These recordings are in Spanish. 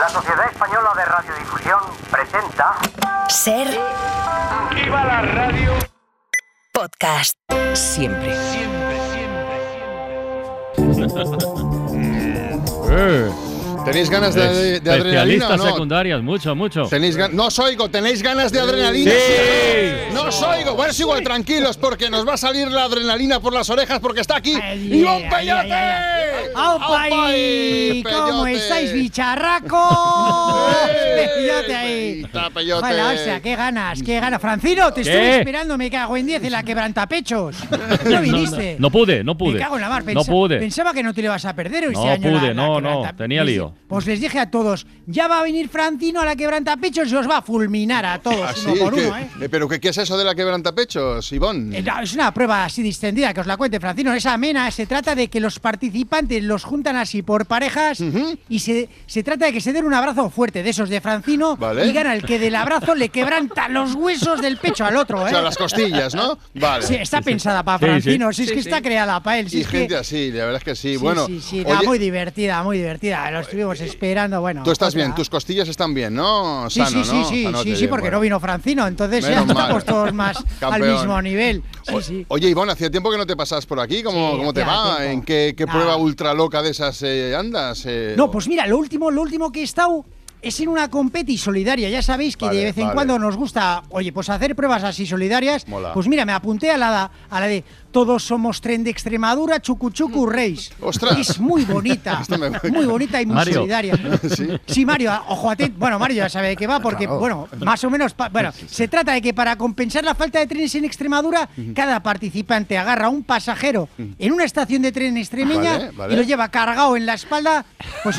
La Sociedad Española de Radiodifusión presenta Ser ¡Viva la radio! podcast. siempre. Eh, ¿Tenéis ganas de, de adrenalina o Especialistas no? secundarias, mucho, mucho. ¿Tenéis gan- no os oigo, ¿tenéis ganas de adrenalina? Sí. No os oigo, bueno, es igual, tranquilos, porque nos va a salir la adrenalina por las orejas porque está aquí Iván Peyote. ¡Aupaí! ¿Cómo Peyote! estáis, bicharracos? ¡Eh! ¡Peyote ahí! Está Peyote. Ojalá, o sea, qué ganas, qué ganas. Francino, te ¿Qué? estuve esperando, me cago en 10 en la quebrantapechos. No viniste. No pude, no pude. Me cago en la mar, no pensa- pude. pensaba que no te le vas a perder hoy No este año. la- pude, la no, no, quebranta- tenía Les- lío. Pues les dije a todos, ya va a venir Francino a la quebrantapechos y os va a fulminar a todos, Así, uno por que- uno, ¿eh? eh, ¿Pero qué, qué es eso de la quebrantapechos, Ivonne? Eh, no, Es una prueba así distendida, que os la cuente Francino. Es amena, se trata de que los participantes los juntan así por parejas y se, se trata de que se den un abrazo fuerte de esos de Francino Vale. y gana el que del abrazo le quebranta los huesos del pecho al otro. O ¿eh? sea, las costillas, ¿no? Vale. Sí, está pensada para Sí, sí. Francino, si es que está creada para él. Si y es que- gente así, la verdad es que sí. Sí, bueno, sí, sí, oye, eh, nada, muy divertida, muy divertida. Lo estuvimos esperando, bueno. tú estás otra. bien, tus costillas están bien, ¿no? Sí, Sano, sí, ¿no? sí, sí, Sanote, sí, sí, bien, porque bueno. no vino Francino, entonces ya Menos mal. estamos todos más al Campeón. mismo nivel. Sí, O- sí. Oye, Ivonne, hacía tiempo que no te pasas por aquí. ¿Cómo, Sí, cómo te hacía va? tiempo. ¿En qué, qué Nah. prueba ultra loca de esas eh, andas? eh? No, pues mira, lo último, lo último que he estado es en una competi solidaria. Ya sabéis que Vale, de vez en vale. cuando nos gusta, oye, pues hacer pruebas así solidarias. Mola. Pues mira, me apunté a la, a la de Todos somos tren de Extremadura, Chucuchucu Reis. Ostras. Es muy bonita. Esto me- muy bonita y muy Mario. solidaria. Sí. Mario, a- ojo a ti. Bueno, Mario ya sabe de qué va, porque, Claro. bueno, más o menos. pa- Bueno, se trata de que para compensar la falta de trenes en Extremadura, cada participante agarra a un pasajero en una estación de tren extremeña Vale, vale. y lo lleva lleva cargado en la espalda pues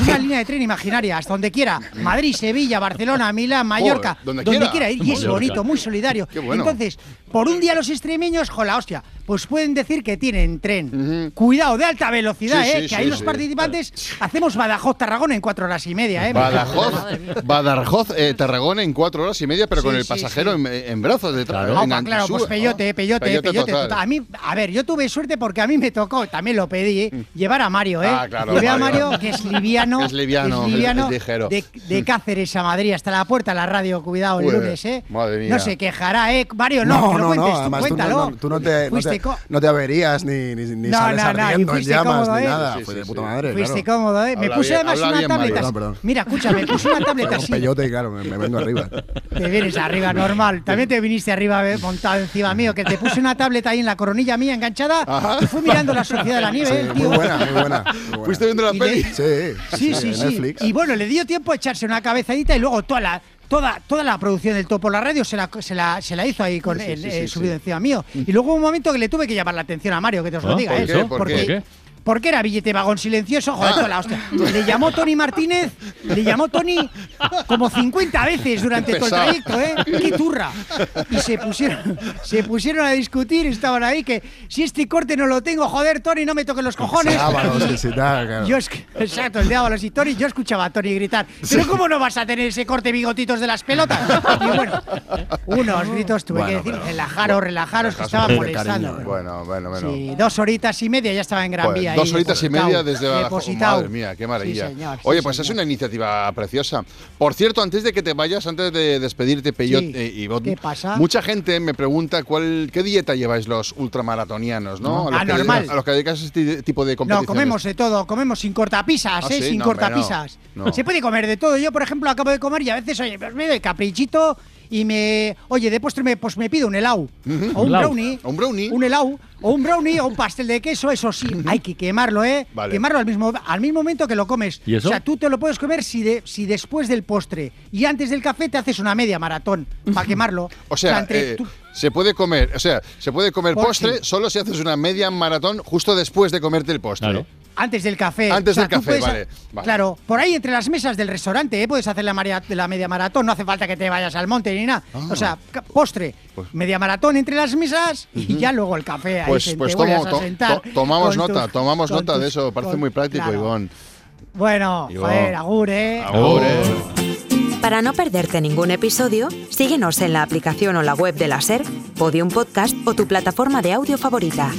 una línea de tren imaginaria hasta donde quiera Madrid Sevilla Barcelona Milán Mallorca Joder, donde quiera. ir y es Mallorca. bonito muy solidario Qué bueno. entonces por un día los extremeños jola hostia pues pueden decir que tienen tren cuidado de alta velocidad Sí, eh sí, que sí, ahí los sí. participantes hacemos Badajoz Tarragona en cuatro horas y media eh Badajoz, Badajoz eh, Tarragona en cuatro horas y media, pero con Sí, el sí, pasajero sí. En, en brazos detrás. Claro. en Ah, pa- claro, antisúa. pues peyote, eh, peyote, peyote, total. total. A mí, a ver, yo tuve suerte porque a mí me tocó, también lo pedí, eh, llevar a Mario, ¿eh? Ah, claro, Mario. Llevé a Mario, que es liviano. Es liviano, es es- es ligero. Mm. De, de Cáceres a Madrid, hasta la puerta, la radio, cuidado, el Uy, lunes, ¿eh? madre mía. No se quejará, ¿eh? Mario, no, No, que lo no, no, cuentes tú, además tú cuéntalo. no, no- tú no te, no, Fuiste te, co- no te averías ni, ni, ni No, sales no, no, y ardiendo en fuiste llamas cómodo, ni ¿eh? nada. Sí, fue sí, de sí. puta madre, Fuiste claro. cómodo, ¿eh? Me Habla puse bien, además habla una bien, Mario. tableta. Perdón, perdón. Mira, escucha, me puse una tableta Con así. peyote y claro, me, me vengo arriba. Te vienes arriba, normal. También te viniste arriba eh, montado encima mío, que te puse una tablet ahí en la coronilla mía enganchada y fue mirando la sociedad de la nieve, Sí, eh, el muy tío. buena, muy buena. muy buena. ¿Fuiste viendo la Y peli? de- Sí, Sí, sí, en sí. Netflix. Y bueno, le dio tiempo a echarse una cabezadita y luego toda la, toda, toda la producción del Topo la Radio se la, se la, se la hizo ahí con el, eh, subido encima mío. Y luego hubo un momento que le tuve que llamar la atención a Mario, que te os lo Ah, diga, ¿por ¿eh? qué? ¿Por porque, qué? porque era billete vagón silencioso, joder, toda la hostia. Le llamó Tony Martínez, le llamó Tony como 50 veces durante todo el Pesado. trayecto, ¿eh? ¡Qué turra! Y se pusieron, se pusieron a discutir, estaban ahí que si este corte no lo tengo, joder, Tony, no me toques los cojones. Sábados, sí, sí, tal, claro. Yo es- exacto, el de Ábalos y Tony, yo escuchaba a Tony gritar, pero ¿cómo no vas a tener ese corte bigotitos de las pelotas? Y bueno, unos gritos tuve que Bueno, decir, pero- relajaros, relajaros, que estaba pero molestando. cariño, pero- Bueno, bueno, bueno. Sí, dos horitas y media ya estaba en Gran Joder, Vía. ahí, Pues, dos horitas y depositado, media desde Badajoz. depositado. Madre mía, qué maravilla. Sí, señor, sí, Oye, pues es señor. una iniciativa preciosa. Por cierto, antes de que te vayas, antes de despedirte, Peyote Sí. y Bot, ¿Qué pasa? mucha gente me pregunta cuál, qué dieta lleváis los ultramaratonianos, ¿no? A los, Ah, que, normal. a los que dedicáis a este tipo de No, competiciones. comemos de todo, comemos sin cortapisas, Ah, ¿eh? sí, sin no, hombre, cortapisas. no, no. Se puede comer de todo. Yo, por ejemplo, acabo de comer y a veces, oye, pues me doy caprichito y me. Oye, de postre me, pues me pido un helado. O un Helado. brownie. Un brownie. Un helado. O un brownie o un pastel de queso. Eso sí, hay que quemarlo, ¿eh? Vale. Quemarlo al mismo, al mismo momento que lo comes. ¿Y eso? O sea, tú te lo puedes comer si, de, si después del postre y antes del café te haces una media maratón para quemarlo. O sea, entre- eh, tú- se puede comer, o sea, se puede comer Por postre sí. solo si haces una media maratón justo después de comerte el postre. Claro. Antes del café. Antes del tú café, puedes- vale, vale. Claro, por ahí entre las mesas del restaurante, ¿eh? puedes hacer la, marea- la media maratón, no hace falta que te vayas al monte ni nada. O sea, Ah. ca- postre, media maratón entre las mesas y ya luego el café. Ahí Pues, te- pues te vuelves tomo- a to- sentar to- tomamos con nota, tus- tomamos con nota de tus- eso, parece con- muy práctico, claro. Ivón. Bueno, Ivón. joder, agur, ¿eh? Agur, eh. Para no perderte ningún episodio, síguenos en la aplicación o la web de la SER, Podium Podcast o tu plataforma de audio favorita.